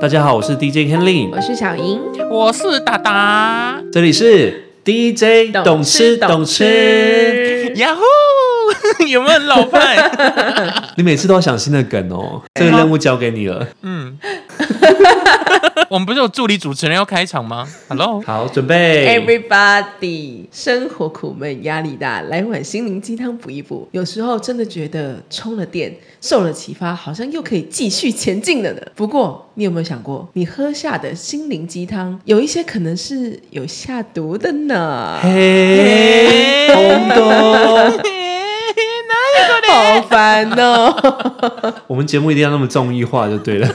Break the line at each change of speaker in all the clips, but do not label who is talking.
大家好，我是 DJ Kenley，
我是小莹，
我是达达，
这里是 DJ 懂吃懂吃。
呀呼， 有没有很老 派？
你每次都要想新的梗哦，这个任务交给你了。
嗯，我们不是有助理主持人要开场吗？Hello，
好，准备。
Everybody，生活苦闷，压力大，来碗心灵鸡汤补一补。有时候真的觉得充了电，受了启发，好像又可以继续前进了呢。不过，你有没有想过，你喝下的心灵鸡汤，有一些可能是有下毒的呢？
嘿，红豆，
好烦哦！
我们节目一定要那么综艺化就对 了。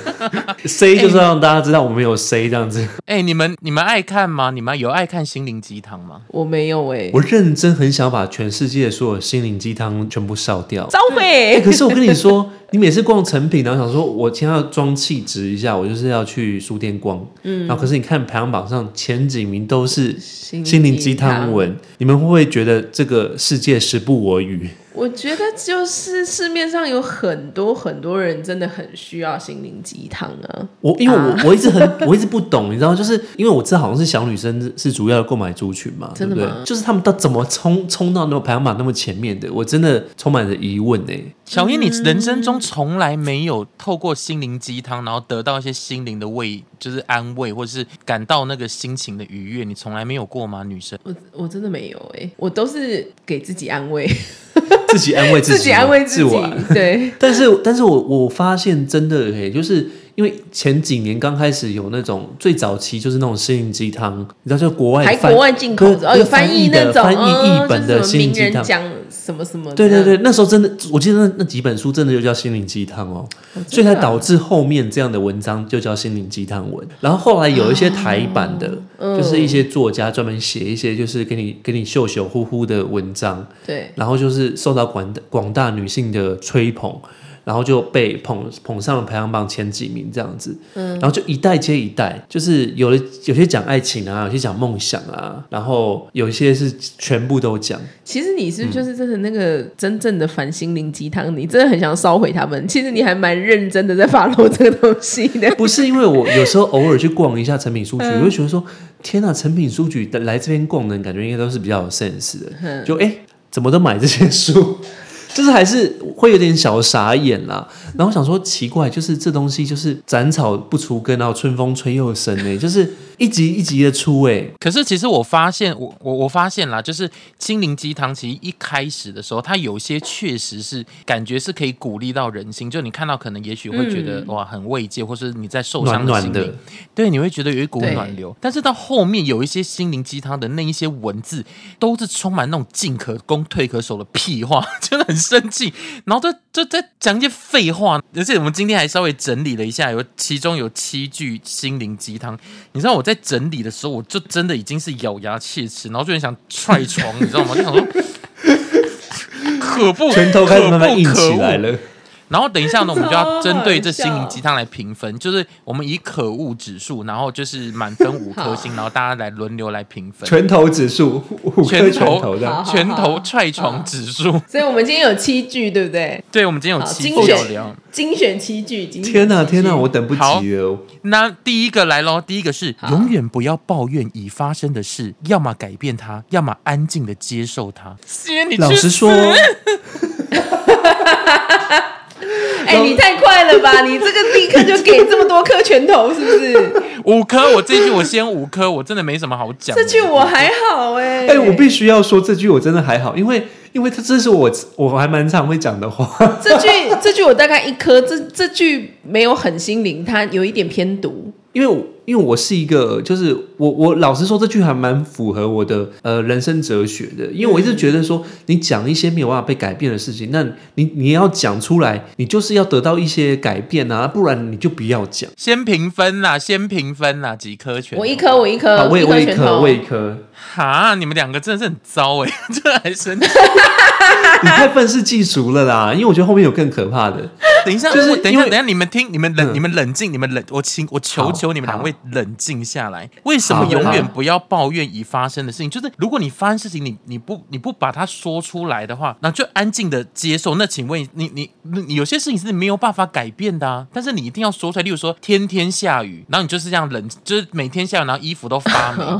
C 就是要让大家知道我们有 C 这样子。
哎、你们你们爱看吗？你们有爱看心灵鸡汤吗？
我没有哎、
我认真很想把全世界所有心灵鸡汤全部烧掉。
召
哎、
回。
可是我跟你说，你每次逛成品，然后想说，我今天要装气质一下，我就是要去书店逛。嗯，然后可是你看排行榜上前几名都是
心
心灵
灵
鸡
鸡
汤
汤
文，你们会不会觉得这个世界时不我与？
我觉得就是市面上有很多很多人真的很需要心灵鸡汤啊。
我因为我、我一直很我一直不懂，你知道，就是因为我知道好像是小女生是主要的购买族群嘛，对
真
不
的
对
吗？
就是他们到怎么冲冲到那种排行榜那么前面的，我真的充满着疑问哎、
小燕，你人生中从来没有透过心灵鸡汤，然后得到一些心灵的慰，就是安慰，或者是感到那个心情的愉悦，你从来没有过吗？女生，
我我真的没有哎、我都是给自己安慰，
自己安慰
自
己
己
嘛，
安慰自
自
己
我安。
对，
但是，但是我我发现真的诶、就是因为前几年刚开始有那种最早期就是那种心灵鸡汤，你知道，就国外
还
翻
国外进口
对
的哦，有
对
翻
译
那
的
种
翻译
哦
译本的
就是
心
什
灵
么名
鸡
人
汤。
讲什么什么，
对对，对，那时候真的，我记得那那几本书真的就叫心灵鸡汤哦，所以才导致后面这样的文章就叫心灵鸡汤文。然后后来有一些台版的，
嗯
就是一些作家专门写一些就是给你给你秀秀呼呼的文章，
对，
然后就是受到广大广大女性的吹捧，然后就被捧捧上了排行榜前几名这样子。嗯，然后就一代接一代，就是有的有些讲爱情啊，有些讲梦想啊，然后有一些是全部都讲。，
其实你是不是就是真的那个真正的反心灵鸡汤，你真的很想烧毁他们。其实你还蛮认真的在发露 这个东西的
哎不是因为我有时候偶尔去逛一下成品书局，我就觉得说，天呐，成品书局的来这边逛的人，感觉应该都是比较有 sense 的，就哎、诶怎么都买这些书。 就是还是会有点小傻眼啦，然后我想说奇怪，就是这东西就是斩草不除根，然后春风吹又生哎、就是一集一集的出哎、
可是其实我发现，我我我发现啦，就是心灵鸡汤，其实一开始的时候，它有些确实是感觉是可以鼓励到人心，就你看到可能也许会觉得、哇很慰藉，或是你在受
嗯暖
伤
暖
心
的
灵，对，你会觉得有一股
对
暖流。但是到后面有一些心灵鸡汤的那一些文字，都是充满那种进可攻退可守的屁话， 真的很生气。然后就就在讲一些废话，而且我们今天还稍微整理了一下，有其中有七句心灵鸡汤。你知道我在整理的时候，我就真的已经是咬牙切齿，然后就很想踹床，你知道吗？就想说。 可不，
拳头开始
可
慢慢
不
硬
可
起
恶
来了。
然后等一下呢，我们就要针对这心
超
灵
好笑
鸡汤来评分，就是我们以可恶指数，然后就是满分五颗星，然后大家来轮流来评分。
拳头指数五颗
拳
拳
头
头这样，
好
拳头踹床指数，
所以我们今天有七句，对不对？
对，我们今天有
好
七
精
个要
选
聊。
精选七句，精选
天呐
七
天呐，
句
我等不及了。
那第一个来喽，第一个是
好
永远不要抱怨已发生的事，要么改变它，要么安静的接受它。先你去
老实说
死，
哎、你太快了吧！你这个立刻就给这么多颗拳头，是不是？
五颗，我这一句我先五颗，我真的没什么好讲的。
这句我还好哎、
哎、我必须要说这句，我真的还好，因为因为它这是我我还蛮常会讲的话，
这句 这句我大概一颗，这这句没有很心灵，它有一点偏毒。
因为我因为我是一个，就是我我老实说，这句还蛮符合我的呃人生哲学的，因为我一直觉得说，你讲一些没有办法被改变的事情，那你你要讲出来，你就是要得到一些改变啊，不然你就不要讲。
先评分啦，先评分啦，几颗拳头？
我一颗，我一颗，
啊，我也我
呃一
也
颗拳
可
头
我。也可，
哈，你们两个真的是很糟哎、 这还生气。
你太愤世嫉俗了啦，因为我觉得后面有更可怕的，
等一下，
就是
我等一
因
下，
为
等一下，你们听，你们冷，
嗯
你们冷静，你们冷，我请，我求
好
求你们两
好
位冷静下来。为什么
好
永远
好
不要抱怨已发生的事情？就是如果你发生事情，你你不你不把它说出来的话，那就安静的接受。那请问你你你你有些事情是没有办法改变的啊，但是你一定要说出来。例如说天天下雨，然后你就是这样冷，就是每天下雨，然后衣服都发 霉，然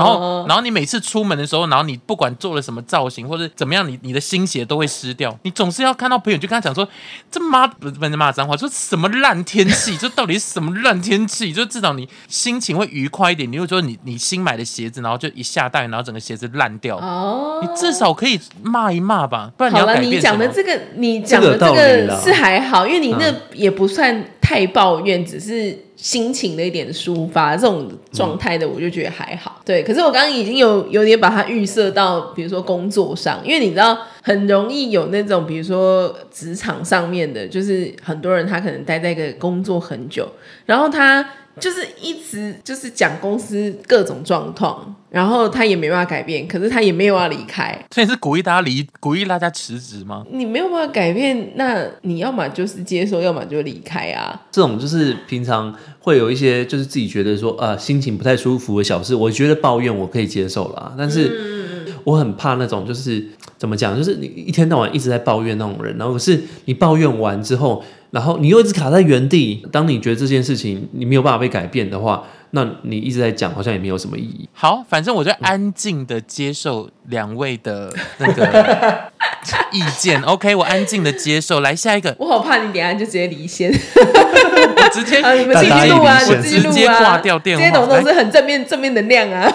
后，然后你每次出门的时候，然后你不管做了什么造型或者怎么样，你你的新鞋都会湿掉。你总是要看到朋友就跟他讲说，这妈不不能骂脏话，说什么烂天气，这到底是什么烂天气？就至少你心情会愉快一点。你如果说你你新买的鞋子，然后就一下大雨，然后整个鞋子烂掉，
哦
你至少可以骂一骂吧，不然你
好
要
了，
改
你
变什
讲
么
的？这个，你讲的
这个
这
道理
个
啦
是还好，因为你那
嗯
也不算太抱怨，只是心情的一点抒发这种状态的，我就觉得还好。对，可是我刚刚已经有有点把它预设到，比如说工作上，因为你知道很容易有那种，比如说职场上面的，就是很多人他可能待在一个工作很久，然后他就是一直就是讲公司各种状况，然后他也没办法改变，可是他也没有要离开，
所以是鼓励大家离，鼓励大家辞职吗？
你没有办法改变，那你要么就是接受，要么就离开啊。
这种就是平常会有一些，就是自己觉得说，呃，心情不太舒服的小事，我觉得抱怨我可以接受啦。但是我很怕那种，就是怎么讲，就是你一天到晚一直在抱怨那种人，然后可是你抱怨完之后，然后你又一直卡在原地。当你觉得这件事情你没有办法被改变的话，那你一直在讲，好像也没有什么意义。
好，反正我就安静的接受两位的那个 意见。OK，我安静的接受。来下 一个，
我好怕你等一下就直接离线，
我直接
啊，你们
大
继
家
续录
一
啊，你
起
们继续
直
录
接
啊，
挂掉电话
这些董董
来
是很正面正面能量啊。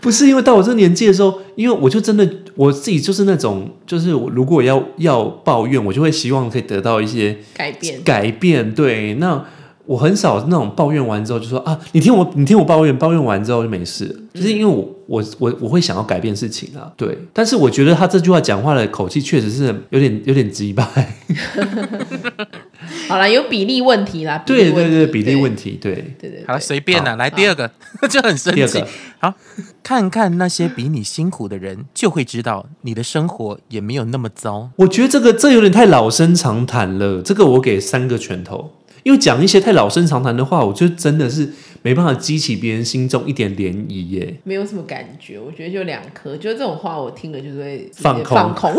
不是因为到我这个年纪的时候，因为我就真的我自己就是那种，就是我如果要要抱怨，我就会希望可以得到一些。
改变，
改变。对，那我很少那种抱怨完之后就说啊，你听我，你听我抱怨，抱怨完之后就没事了，就是因为我我我我会想要改变事情啊。对，但是我觉得他这句话讲话的口气确实是有点有点鸡掰。
好啦，有比例问题啦，
对对对，比例问
题，
题，对。
对对对
好了，随便啦，来第二个， 就很生
第二
气
个。
好，看看那些比你辛苦的人，就会知道你的生活也没有那么糟。
我觉得这个这有点太老生常谈了，这个我给三个拳头，因为讲一些太老生常谈的话，我就真的是没办法激起别人心中一点涟漪耶。
没有什么感觉，我觉得就两颗，就这种话我听了就是会直接
放空
放空，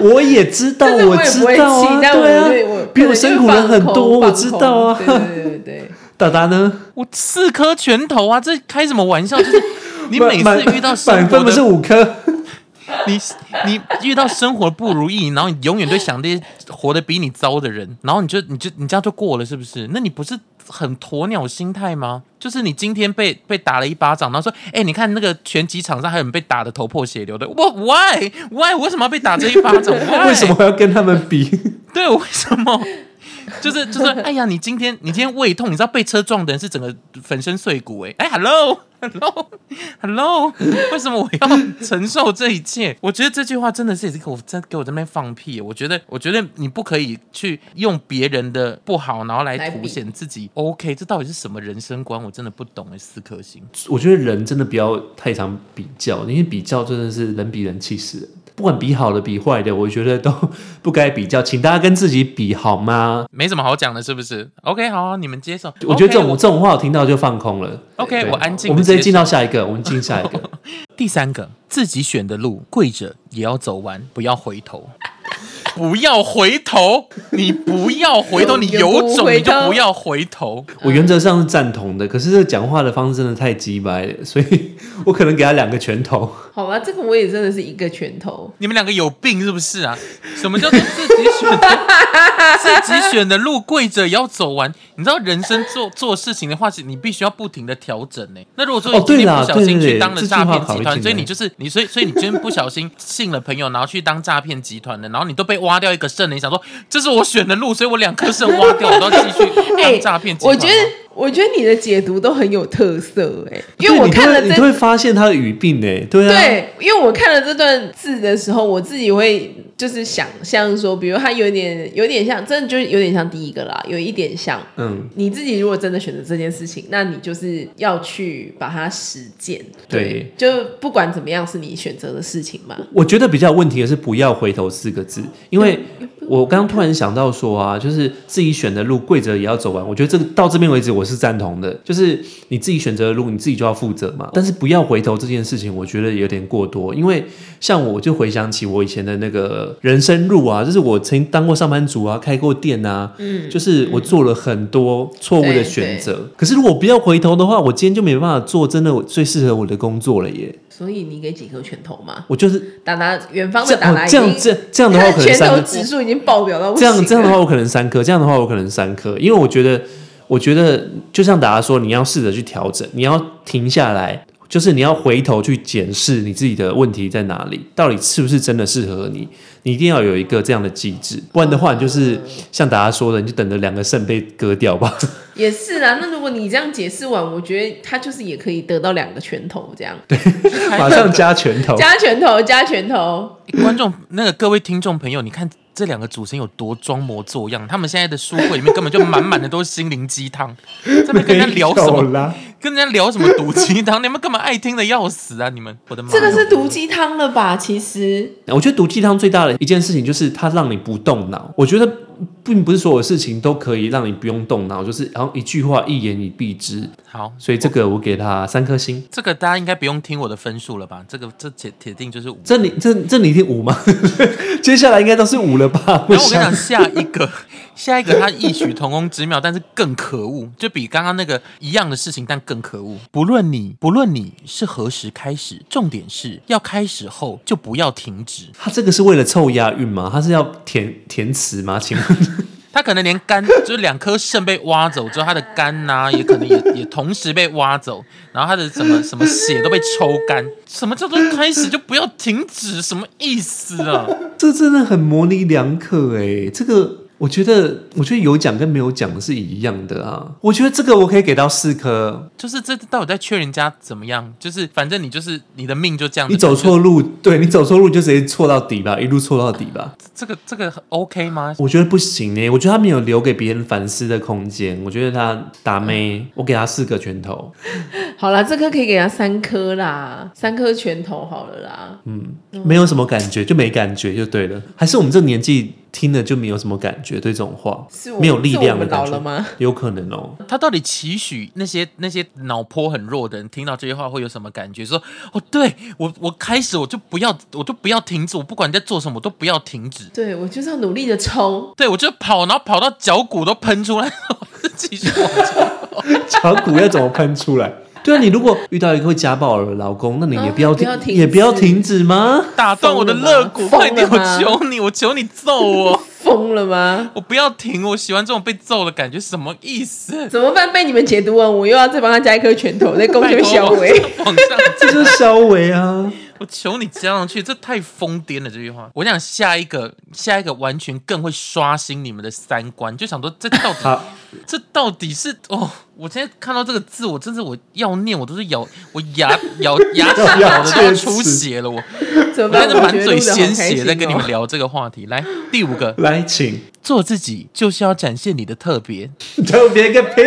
我也知道，
但是我也
知
不会
道
气
啊，
但
对啊，
我就我
比
可
我
能就
辛
会
苦人
放
很
空
多，我
放
知
空
道啊
对对对对
达达呢？
我四颗拳头啊，这开什么玩笑？就是你每次遇到生
满
活
分不是
的，
五颗，
你你遇到生活不如意，然后你永远都想那些活得比你糟的人，然后你就你就你这样就过了，是不是？那你不是很鸵鸟心态吗？就是你今天被被打了一巴掌，然后说：“哎、你看那个拳击场上还有人被打的头破血流的，我 why why 我为什么要被打这一巴掌
哎
？Why？
为什么要跟他们比？
对，为什么？就是就是，哎呀，你今天你今天胃痛，你知道被车撞的人是整个粉身碎骨哎、哎，hello hello hello，为什么我要承受这一切？我觉得这句话真的是也是给我在给我在那边放屁。我觉得我觉得你不可以去用别人的不好，然后来
来
凸
比
显自己。OK，这到底是什么人生观？我真的不懂哎、四颗星。
我觉得人真的不要太常比较，因为比较真的是人比人气死人。不管比好的比坏的，我觉得都不该比较，请大家跟自己比好吗？
没什么好讲的，是不觉得这种 OK，好、你们接受。
我觉得这种这种话我听到就放空了。
OK，
对
我安静。
我们直接进到下一个，我们进下一个。
第三个，自己选的路，跪着也要走完，不要回头。 不要回头，你不要回头，你有种你就不要回头。
我原
嗯
则上是赞同的，可是这个讲话的方式真的太鸡掰了，所以 我可能给他两个拳头。
好吧，这个我也真的是一个拳头，
你们两个有病是不是啊？什么叫做自己 选的自己选的路，跪着也要走完？你知道人生做做事情的话，是你必须要不停的调整呢、那如果说你
哦对
今天
啦
不小心
对对
去
对
当了
这句
诈
话
骗
考
集
虑
团，
进
所以
来
你就是你，所以所以你今天不小心信了朋友，然后去当诈骗集团的，然后你都被挖掉一个肾了，你想说这是我选的路，所以我两颗肾挖掉，我都要继 续
哎
当诈骗集团
我
吗。
觉得，我觉得你的解读都很有特色哎、因为
对
我
你
看
都会
了
你都
这
会发现他的语病哎，对啊，
对，因为我看了这段字的时候，我自己会就是想象说，比如它有点有点像，真的就是有点像第一个啦，有一点像。
嗯，
你自己如果真的选择这件事情，那你就是要去把它实践。
对，
就不管怎么样是你选择的事情嘛。
我觉得比较有问题的是“不要回头”四个字，因为我刚刚突然想到说啊，就是自己选的路跪着也要走完。我觉得这个到这边为止我是赞同的，就是你自己选择的路你自己就要负责嘛。但是不要回头这件事情，我觉得有点过多，因为像我就回想起我以前的那个人生路啊，就是我曾经当过上班族啊，开过店啊，嗯，就是我做了很多错误的
嗯对
选择。可是如果不要回头的话，我今天就没办法做真的我最适合我的工作了耶。
所以你给几颗拳头嘛？
我就是
打打远方
这
的打
样哦
打已
这
经，
样这这样的话，我可能
拳头
三
指数已经爆表到不
这
行了。
样这样的话，我可能三颗；这样的话，我可能三颗。因为我觉得，我觉得就像大家说，你要试着去调整，你要停下来，就是你要回头去检视你自己的问题在哪里，到底是不是真的适合你。你一定要有一个这样的机制，不然的话，你就是像大家说的，你就等着两个肾被割掉 吧。
也是啦。那如果你这样解释完，我觉得他就是也可以得到两个拳头这样，
马上加拳头，
加拳头加拳头。
观众那个各位听众朋友，你看这两个主持人有多装模作样，他们现在的书柜里面根本就满满的都是心灵 鸡汤，这边跟人家聊什
没有
么？
啦？
跟人家聊什么毒鸡汤？你们根本爱听的要死啊！你们，我的妈呀！
这个是毒鸡汤了吧？其实
我觉得毒鸡汤最大的一件事情就是它让你不动脑。我觉得并不是所有事情都可以让你不用动脑，就是然后一句话一言以蔽之。
好，
所以这个我给他三颗星。
这个大家应该不用听我的分数了吧？这个这铁铁定就是五。
这你这这你一定五吗？ 接下来应该都是啊五了吧？
然后我跟你
想
讲，下一个， 下一个他异曲同工之妙，但是更可恶，就比刚刚那个一样的事情，但更可恶。不论你，不论你是何时开始，重点是要开始后就不要停止。
他这个是为了凑押韵吗？他是要填填词吗？请问
他可能连肝， 就是两颗肾被挖走之后，他的肝呐、也可能也 也同时被挖走，然后他的什么什么血都被抽干。什么叫做开始就不要停止？什么意思啊？
这真的很模棱两可哎、这个。我觉得，我觉得有奖跟没有奖是一样的啊。我觉得这个我可以给到四颗，
就是这到底在劝人家怎么样？就是反正你就是你的命就这样 子，
你走错路，对你走错路就直接错到底吧，一路错到底吧。
这个这个 OK 吗？
我觉得不行呢、欸我觉得他没有留给别人反思的空间。我觉得他打
嗯
妹，我给他四个拳头。
好啦，这颗可以给他三颗啦，三颗拳头好了啦。
嗯
嗯
没有什么感觉，就没感觉就对了。还是我们这个年纪听了就没有什么感觉，对这种话
是我
没有力量的感
是我们
觉
老了吗？
有可能哦，
他到底期许那些那些脑波很弱的人听到这些话会有什么感觉？说哦，对我我开始我就不要我就不要停止，我不管你在做什么我都不要停止。
对我就是要努力的冲，
对我就跑，然后跑到脚骨都喷出来，我就继续往前。
小骨要怎么喷出来？对啊，你如果遇到一个会家暴的老公，那你也不要停，
啊不要停止
也不要停止吗？
打断我的肋骨，
疯了吗
快点！我
疯了吗
求你，我求你揍 我，
疯了吗？
我不要停，我喜欢这种被揍的感觉，什么意思？
怎么办？被你们解读完，我又要再帮他加一颗拳 头，再攻这
拜
边
托
小维。
往上往上
这就是肖维啊，
我求你加上去，这太疯癫了！这句话，我想下一个，下一个完全更会刷新你们的三观，就想说这到 底，
好，
这到底是哦？我现在看到这个字，我真是我要念，我都是咬我牙 咬牙齿咬的都要出血了，我
怎么
我
办？
真的
我
满
觉得
嘴
录得好
鲜
开
血
心
在跟你
哦
们聊这个话题。来，第五个，
来请，
做自己就是要展现你的特别，
特别个屁！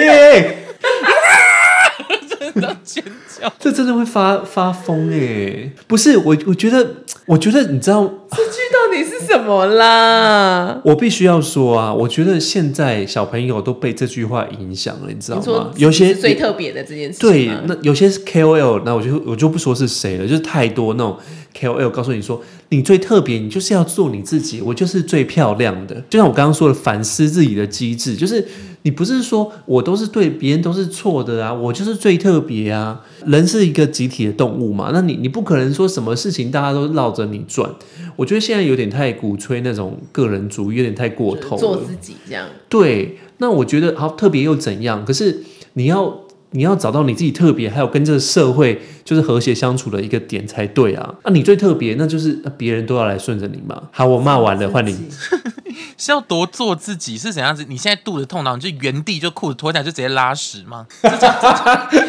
要尖叫。
这真的会发发疯哎、不是我，我觉得，我觉得你知道，
这句到底是什么啦？
我必须要说啊，我觉得现在小朋友都被这句话影响了，你知道吗
你说？
有些
是最特别的这件事
对
情吗，
那有些是 KOL，那我就我就不说是谁了，就是太多那种 KOL 告诉你说，你最特别，你就是要做你自己，我就是最漂亮的。就像我刚刚说的，反思自己的机制，就是你不是说我都是对，别人都是错的啊，我就是最特别啊。人是一个集体的动物嘛，那你你不可能说什么事情大家都绕着你转。我觉得现在有点太鼓吹那种个人主义，有点太过头了。
做自己这样。
对，那我觉得好特别又怎样？可是你要你要找到你自己特别，还有跟这个社会就是和谐相处的一个点才对啊。那、你最特别，那就是呃别人都要来顺着你嘛。好，我骂完了， 换你。
是要多做自己是怎样子？你现在肚子痛，然后你就原地就裤子脱下来就直接拉屎吗？ 就这样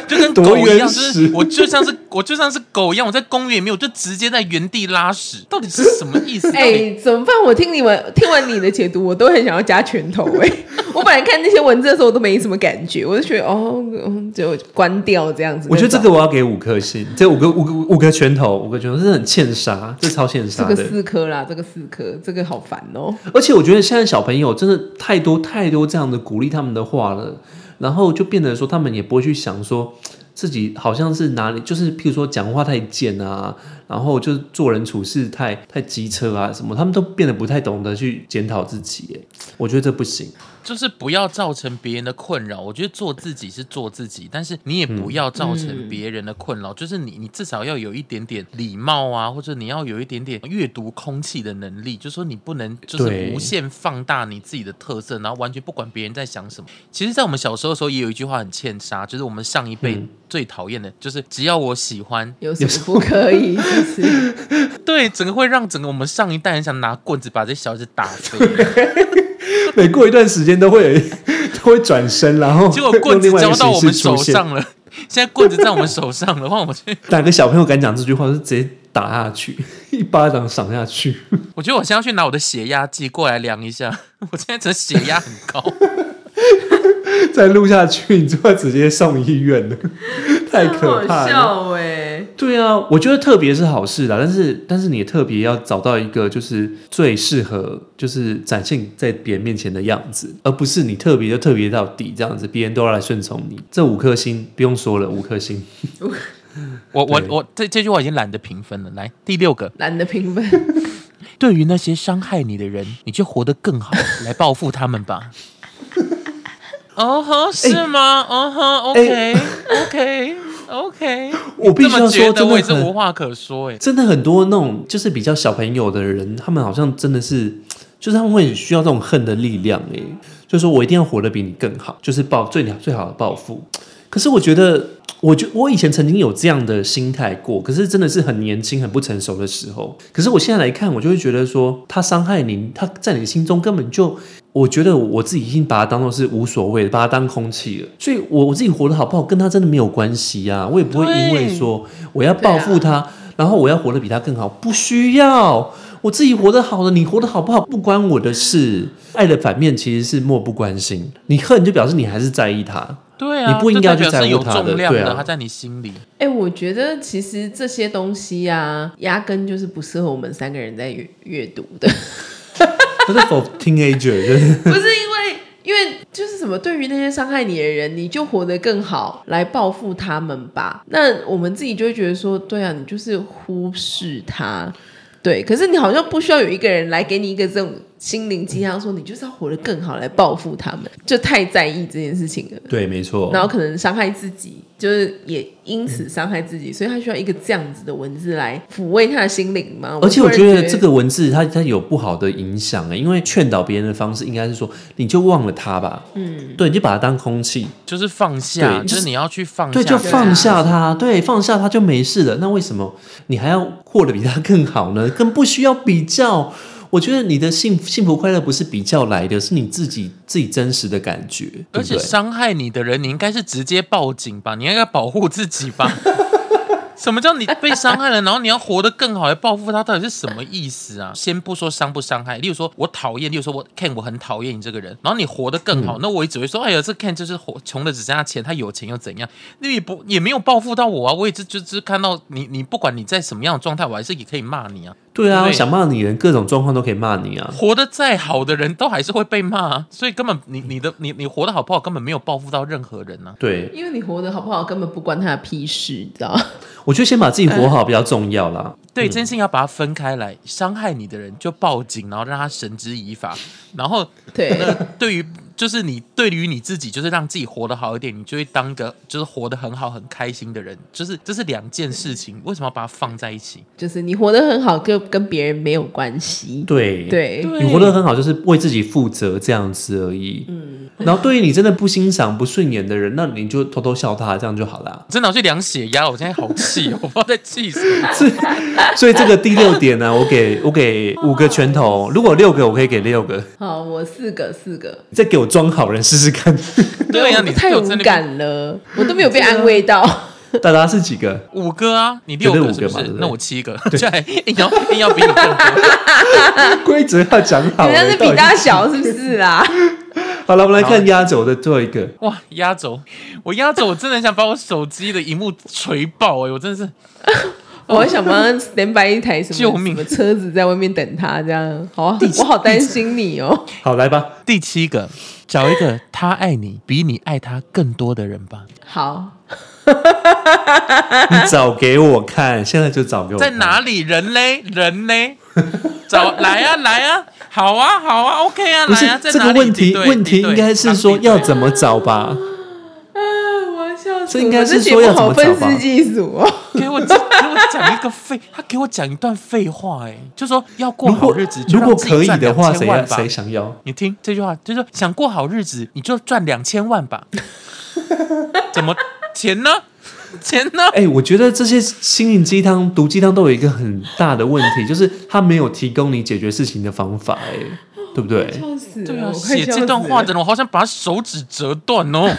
就跟
多
狗一
原
样，就
始
是我就像是我就像是狗一样，我在公园里面我就直接在原地拉屎，到底是什么意思？
哎、怎么办？我听你们听完你的解读，我都很想要加拳头 哎、我本来看那些文字的时候，我都没什么感觉，我就觉得哦，嗯就关掉这样子。
我觉得这
那
个
种
我要给五颗星，这五个五个五个拳头，五个拳头真的很欠杀，这超欠
这
杀
个
的。
四颗啦，这个四颗，这个好烦哦、
而且我觉得现在小朋友真的太多太多这样的鼓励他们的话了，然后就变得说他们也不会去想说自己好像是哪里，就是譬如说讲话太贱啊，然后就是做人处事太太机车啊什么，他们都变得不太懂得去检讨自己 耶。我觉得这不行。
就是不要造成别人的困扰。我觉得做自己是做自己，但是你也
嗯
不要造成别人的困扰。就是你，你至少要有一点点礼貌啊，或者你要有一点点阅读空气的能力。就说你不能就是
对
无限放大你自己的特色，然后完全不管别人在想什么。其实，在我们小时候的时候，也有一句话很欠杀，就是我们上一辈
嗯
最讨厌的，就是只要我喜欢，
有什么不可以？其 实
对，整个会让整个我们上一代很想拿棍子把这小孩子打飞。
每过一段时间都会有都会转身，然后
结果棍子
用另外一
交
个
到我
形
们
式出
手
现
上了，现在棍子在我们手上了，换我去。
哪个小朋友敢讲这句话，就直接打下去， 一巴掌赏下去。
我觉得我现在要去拿我的血压计过来量一下， 我现在这血压很高。
再录下去，你就会直接送医院了， 太可怕了。
哎、
对啊，我觉得特别是好事啦，但是但是你特别要找到一个就是最适合就是展现在别人面前的样子，而不是你特别就特别到底这样子，别人都要来顺从你。这五颗星不用说了，五颗星。
我我
对
我这这句话已经懒得评分了。来第六个，
懒得评分，
对于那些伤害你的人，你就活得更好，来报复他们吧。 哦呵，是吗？哦呵，OK，OK，OK。
哎我必须
这么
要
觉
说，
得，
真
我也
的
是无
很
话可说哎。
真的很多那种就是比较小朋友的人，他们好像真的是，就是他们会很需要这种恨的力量哎，就是说我一定要活得比你更好，就是报最好最好的报复。可是我觉得，我觉我以前曾经有这样的心态过，可是真的是很年轻、很不成熟的时候。可是我现在来看，我就会觉得说，他伤害你，他在你心中根本就，我觉得我自己已经把他当做是无所谓，把他当空气了。所以我我自己活得好不好，跟他真的没有关系啊。我也不会因为说我要报复他，然后我要活得比他更好，不需要。我自己活得好了，你活得好不好不关我的事。爱的反面其实是漠不关心，你恨就表示你还是在意他。
对啊，
你不应该
这代表是有
去在乎他的
重量
对
的，
啊
他在你心里。
哎、我觉得其实这些东西啊，压根就是不适合我们三个人在阅阅读的。
不是 for teenager，就是
不是因为，因为就是什么，对于那些伤害你的人，你就活得更好，来报复他们吧。那我们自己就会觉得说，对啊，你就是忽视他，对。可是你好像不需要有一个人来给你一个这种心灵鸡汤，说你就是要活得更好来报复他们，就太在意这件事情了。
对，没错。
然后可能伤害自己，就是也因此伤害自己，所以他需要一个这样子的文字来抚慰他的心灵嘛。
而且
突
我
然
觉得这个文字它它有不好的影响欸因为劝导别人的方式应该是说，你就忘了他吧，嗯，对，你就把它当空气，
就是放下，
对
就
就是
是你要去放下，
对，就
对啊
放下他，对，放下他就没事了。那为什么你还要过得比他更好呢？更不需要比较。我觉得你的幸幸福快乐不是比较来的，是你自己自己真实的感觉，对
而
不
且
对？
伤害你的人，你应该是直接报警吧？你应该保护自己 吧？什么叫你被伤害了，然后你要活得更好来报复他？到底是什么意思啊？先不说伤不伤害，例如说我讨厌，例如说我 Ken，我很讨厌你这个人，然后你活得更
嗯
好，那我也只会说，哎呀，这 Ken 就是活穷的只剩下钱，他有钱又怎样？那也不也没有报复到我啊，我也只就只看到你，你不管你在什么样的状态，我还是也可以骂你啊。
对啊，
对
想骂你的人各种状况都可以骂你啊。
活得再好的人都还是会被骂、啊，所以根本你你的你你活得好不好，根本没有报复到任何人啊。
对，
因为你活得好不好根本不关他的屁事，你知道吗？
我觉得先把自己活好比较重要啦。
对，真心要把它分开来。伤害你的人就报警，然后让他绳之以法。然后，
对。
那对于就是你对于你自己，就是让自己活得好一点，你就会当个就是活得很好、很开心的人。就是这是两件事情，为什么要把它放在一起？
就是你活得很好，就跟别人没有关系。
对
对，
你活得很好，就是为自己负责这样子而已。嗯，然后对于你真的不欣赏、不顺眼的人，那你就偷偷笑他，这样就好啦。
真的我去量血压，我现在好气哦，我不知道在气什么。
所以这个第六点呢、我给我给五个拳头，如果六个我可以给六个，
好，我四个四个，
再给我装好人试试 看。
对呀、啊，你
太无
有真的
感了，我都没有被安慰到。
大家是几个？
五个啊，你六
绝对五
个是不
个嘛
是？
对不对
那我七个， 就还硬要硬要比你更多。
规则要讲好、
人家
欸。
是
到
比
底
大小是不是啊啦？
啊
好了，我们来看压轴的最后一个。
哇，压轴！我压轴，我真的很想把我手机的荧幕锤爆哎、我真的是
我还想帮他 stand by 一台什么
救命
什么车子在外面等他，这样好，啊我好担心你哦。
好，来吧，
第七个，找一个他爱你比你爱他更多的人吧。
好，啊
你找给我看，现在就找给我
在
看。
哪里？人嘞？人嘞？找来啊来啊，好啊好啊，OK 啊，
不是
来啊，在
这
哪
个
里？
问
敌
题，
对
问题
敌对啊
应该是说要怎么找吧？
啊，我要笑死！
这应该是
我这
说要
节目好
怎么
分
找吧
尸技术哦。
给我讲给我讲一个废，他给我讲一段废话哎、就说要过
如
好
果
日子，
如
就
果
让自己
可以
赚
的话，谁
2000
要
万吧
谁想要？
你听这句话，就是说想过好日子，你就赚两千万 吧。怎么钱呢？钱呢？
哎、我觉得这些心灵鸡汤、毒鸡汤都有一个很大的问题，就是它没有提供你解决事情的方法、哎，对不对？
笑死了！
对啊，
我快
写
笑死
这段
了
话的人，我好想把他手指折断哦。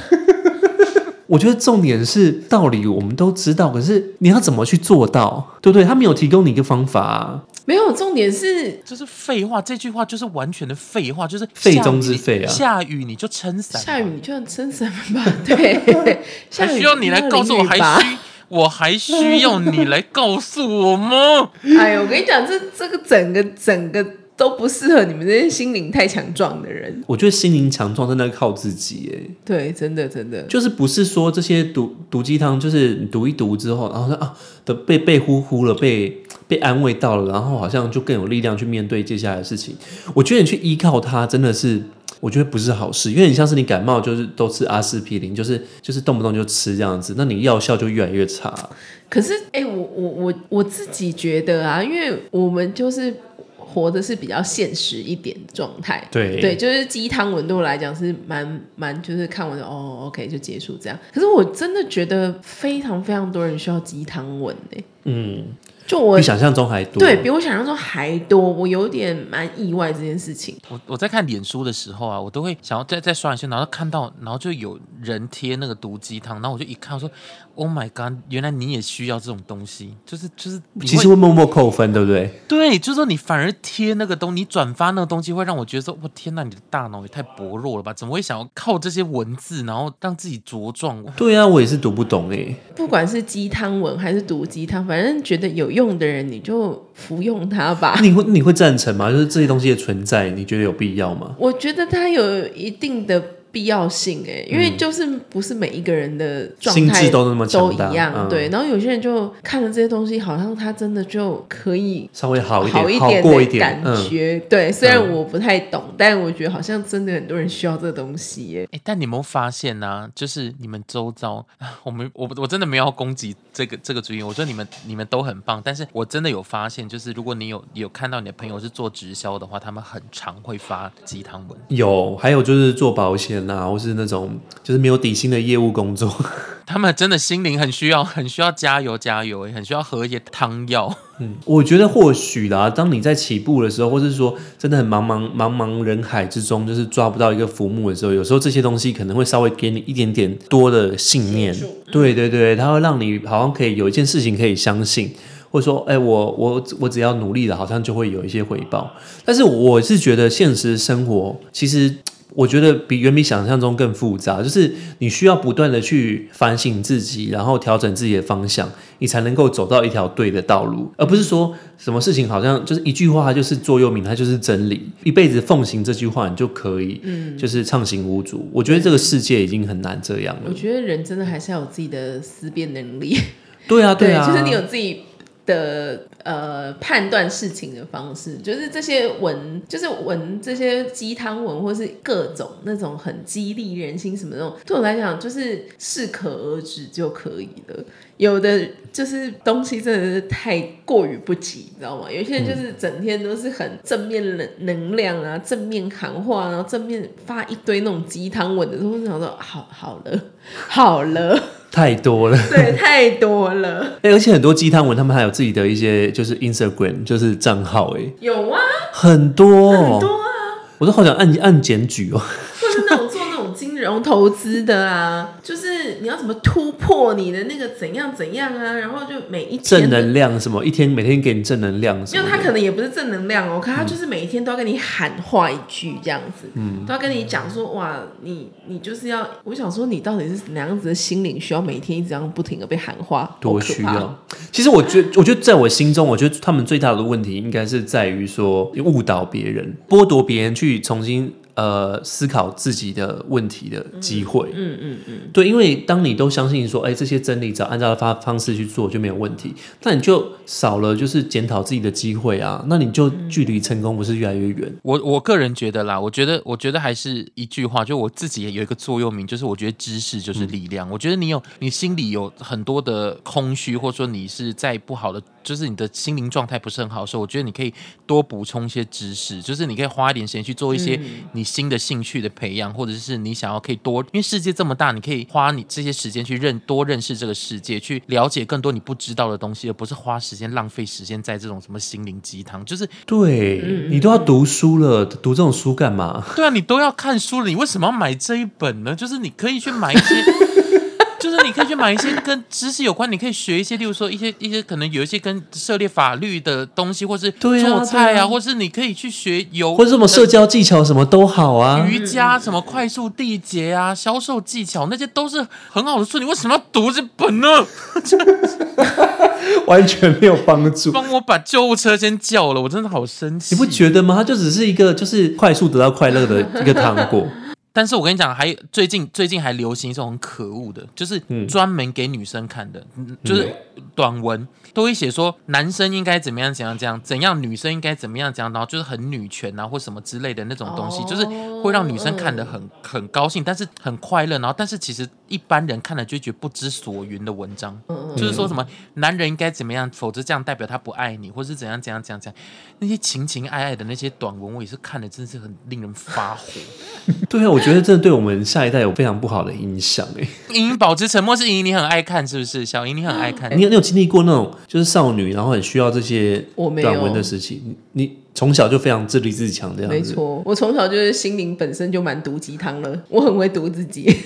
我觉得重点是道理我们都知道，可是你要怎么去做到，对不对？他没有提供你一个方法、啊，
没有，重点是
这是废话，这句话就是完全的废话，就是
废
下雨
中之废啊
下雨你就撑伞吧，
下雨你就要撑伞吧？ 对，下
还
雨
需要你来告诉我，
淋
还
雨吧
需我还需要你来告诉我吗？
哎呦，我跟你讲，这这个整个整个都不适合你们这些心灵太强壮的人。
我觉得心灵强壮真的靠自己、哎。
对，真的真的，
就是不是说这些毒毒鸡汤，就是你读一读之后，然后说啊的被被呼呼了，被被安慰到了，然后好像就更有力量去面对接下来的事情。我觉得你去依靠它，真的是我觉得不是好事，因为你像是你感冒就是都吃阿司匹林，就是就是动不动就吃这样子，那你药效就越来越差。
可是哎、我我我我自己觉得啊，因为我们就是活的是比较现实一点的状态。
对
对，就是鸡汤文对我来讲是蛮蛮，就是看完就哦，OK 就结束这样。可是我真的觉得非常非常多人需要鸡汤文呢、
嗯，
就我
比想象中还多。
对比我想象中还多，我有点蛮意外这件事情。
我我在看脸书的时候啊，我都会想要再再刷一下，然后看到，然后就有人贴那个毒鸡汤，然后我就一看，我说，Oh my god，原来你也需要这种东西，就是就是你会，
其实会默默扣分，对不对？
对，就是说你反而贴那个东，你转发那个东西，会让我觉得说，我天呐，你的大脑也太薄弱了吧？怎么会想要靠这些文字，然后让自己茁壮？
对啊，我也是读不懂哎、
不管是鸡汤文还是毒鸡汤，反正觉得有用的人你就服用它吧。
你会你会赞成吗？就是这些东西的存在，你觉得有必要吗？
我觉得它有一定的必要性哎、因为就是不是每一个人的状
嗯心
态
智都那么强
都
大
一样，
嗯
对。然后有些人就看了这些东西，好像他真的就可以
稍微好一点，
好一
好
点
过一
的
点，
感
嗯。
觉。对，虽然
嗯
我不太懂，但我觉得好像真的很多人需要这东西耶、
哎，但你有没有发现呢、就是你们周遭，啊我们我我真的没有要攻击这个这个主意，我觉得你们你们都很棒，但是我真的有发现，就是如果你有有看到你的朋友是做直销的话，他们很常会发鸡汤文，
有，还有就是做保险啊，或是那种就是没有底薪的业务工作，
他们真的心灵很需要很需要加油加油，诶很需要喝一些汤药。
我觉得或许啦，当你在起步的时候，或是说真的很茫茫茫茫人海之中，就是抓不到一个浮木的时候，有时候这些东西可能会稍微给你一点点多的信念，对对对，它会让你好像可以有一件事情可以相信。或者说，哎、我我我只要努力了，好像就会有一些回报。但是我是觉得现实生活其实。我觉得比远比想象中更复杂，就是你需要不断的去反省自己，然后调整自己的方向，你才能够走到一条对的道路，而不是说什么事情好像就是一句话，它就是座右铭，它就是真理，一辈子奉行这句话，你就可以，嗯，就是畅行无阻。我觉得这个世界已经很难这样了
我。觉得人真的还是要有自己的思辨能力。
对啊，啊，
就是你有自己的呃判断事情的方式，就是这些文，就是文这些鸡汤文，或是各种那种很激励人心什么那种，对我来讲就是适可而止就可以了。有的就是东西真的是太过于不及，你知道吗？有些人就是整天都是很正面能能量啊，正面喊话，然后正面发一堆那种鸡汤文的时候，我就想说好好了，好了，
太多了。
对，太多了，
哎、而且很多鸡汤文，他们还有自己的一些就是 Instagram 就是账号、哎，
有啊，
很多、哦，
很多啊。
我都好想按按检举哦。
或是那种做那种金融投资的啊， 就是你要怎么突破你的那个怎样怎样啊，然后就每一天
正能量什么，一天每天给你正能量什
因为
么
他
的，
可能也不是正能
嗯
量哦，可他就是每一天都要跟你喊话一句这样子，
嗯
都要跟你讲说哇，你你就是要，我想说你到底是怎样子的心灵，需要每天一直这样不停的被喊话，
多
好可
需
怕
要。其实我觉我觉得在我心中，我觉得他们最大的问题应该是在于说误导别人，剥夺别人去重新呃思考自己的问题的机会。
嗯嗯嗯，
对，因为当你都相信说，哎，这些真理只要按照方方式去做就没有问题，那你就少了就是检讨自己的机会啊，那你就距离成功不是越来越
嗯
远？
我我个人觉得啦，我觉得我觉得还是一句话，就我自己也有一个座右铭，就是我觉得知识就是力量。我觉得你有你心里有很多的空虚，或者说你是在不好的，就是你的心灵状态不是很好的时候，我觉得你可以多补充一些知识，就是你可以花一点时间去做一些你新的兴趣的培养，或者是你想要可以多，因为世界这么大，你可以花你这些时间去认多认识这个世界，去了解更多你不知道的东西，而不是花时间浪费时间在这种什么心灵鸡汤，就是
对、
嗯
你都要读书了，读这种书干嘛？
对啊，你都要看书了，你为什么要买这一本呢？就是你可以去买 一些，就是你可以去买一些跟知识有关，你可以学一些，例如说一些一些可能有一些跟涉猎法律的东西，或是
对啊
做菜
对
啊，
啊
或是你可以去学游，
或者什么社交技巧什么都好
嗯
啊。
瑜伽、什么快速缔结啊、销售技巧，那些都是很好的书，你为什么要读这本呢？
完全没有帮助。
帮我把救护车先叫了，我真的好生气。
你不觉得吗？它就只是一个就是快速得到快乐 的一个糖果，
但是我跟你讲，还最近最近还流行一种很可恶的，就是专门给女生看的，嗯就是短文都会写说男生应该怎么样怎样怎样怎样，女生应该怎么样怎样，然后就是很女权啊或什么之类的那种东西，
哦
就是会让女生看得很很高兴，但是很快乐，然后但是其实一般人看了就会觉得不知所云的文章，就是说什么男人应该怎么样，否则这样代表他不爱你，或是怎样怎样怎样怎样，那些情情爱爱的那些短文，我也是看的真是很令人发火。
对啊，我觉得真的对我们下一代有非常不好的影响哎、
莹莹保持沉默是莹莹，你很爱看是不是？小莹你很爱看，
哎嗯
你有你有经历过那种就是少女，然后很需要这些
我没有
短文的时期，你你从小就非常自立自强这样子，
没错，我从小就是心灵本身就蛮毒鸡汤了，我很会毒自己。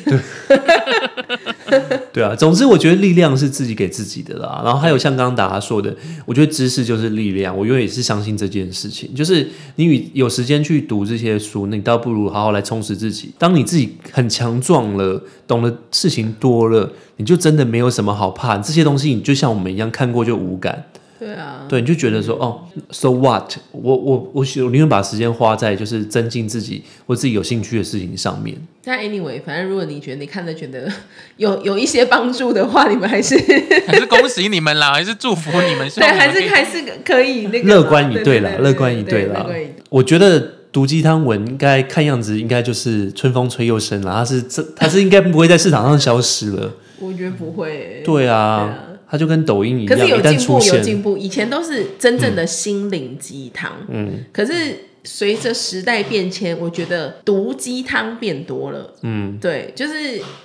对啊，总之我觉得力量是自己给自己的啦。然后还有像刚刚大家说的，我觉得知识就是力量，我永远也是相信这件事情。就是你与有时间去读这些书，那你倒不如好好来充实自己。当你自己很强壮了，懂得事情多了，你就真的没有什么好怕。这些东西你就像我们一样看过就无感，
对啊，
对，你就觉得说哦，so what？我我我喜我宁愿把时间花在就是增进自己或自己有兴趣的事情上面。
但 anyway，反正如果你觉得你看的觉得有有一些帮助的话，你们还是对，
还是恭喜你们啦，还是祝福你们，希望你 们
还
可以
是还是可以那个
乐观以
一
对
啦
啦，，乐观以
对
啦
乐观以对。
我觉得毒鸡汤文应该看样子应该就是春风吹又生了，它是这它是应该不会在市场上消失了。
我觉得不会欸、
对啊
对啊，
它就跟抖音一
可
样，
是
一
有
旦
进
出
步，有
现，
进步。以前都是真正的心灵鸡汤，嗯，可是随着时代变迁，我觉得毒鸡汤变多了，嗯，对，就是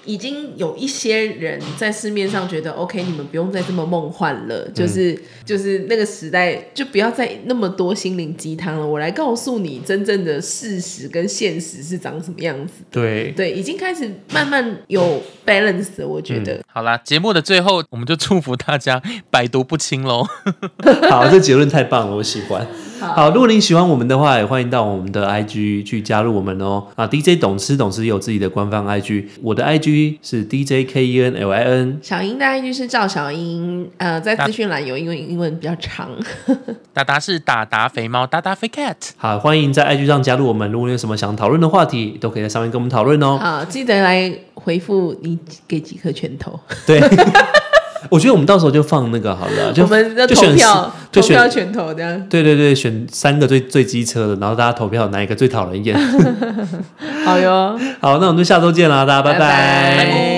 已经有一些人在市面上觉得，OK，你们不用再这么梦幻
嗯
了，就是、就是那个时代就不要再那么多心灵鸡汤了，我来告诉你真正的事实跟现实是长什么样子。
对，
对，已经开始慢慢有 balance，了我觉得。
好啦，节目的最后，我们就祝福大家百毒不侵喽。
好，这结论太棒了，我喜欢。好，如果您喜欢我们的话，也欢迎到我们的 IG 去加入我们哦。啊，DJ 懂吃懂吃也有自己的官方 IG，我的 IG 是 DJ K E N L I N。
小英的 IG 是赵小英，呃，在资讯栏有，因为英文比较长。
达达是达达肥猫，达达肥 cat。
好，欢迎在 IG 上加入我们。如果你有什么想讨论的话题，都可以在上面跟我
啊
们讨论哦。
好，记得来回复你给几颗拳头。
对， 我觉得我们到时候就放那个好了啊，就
我们的
就
投
选
票，
就
投票
选
拳头这样。
对对对，选三个最最机车的，然后大家投票哪一个最讨人厌。
好哟，
好，那我们就下周见啦，大家拜
拜拜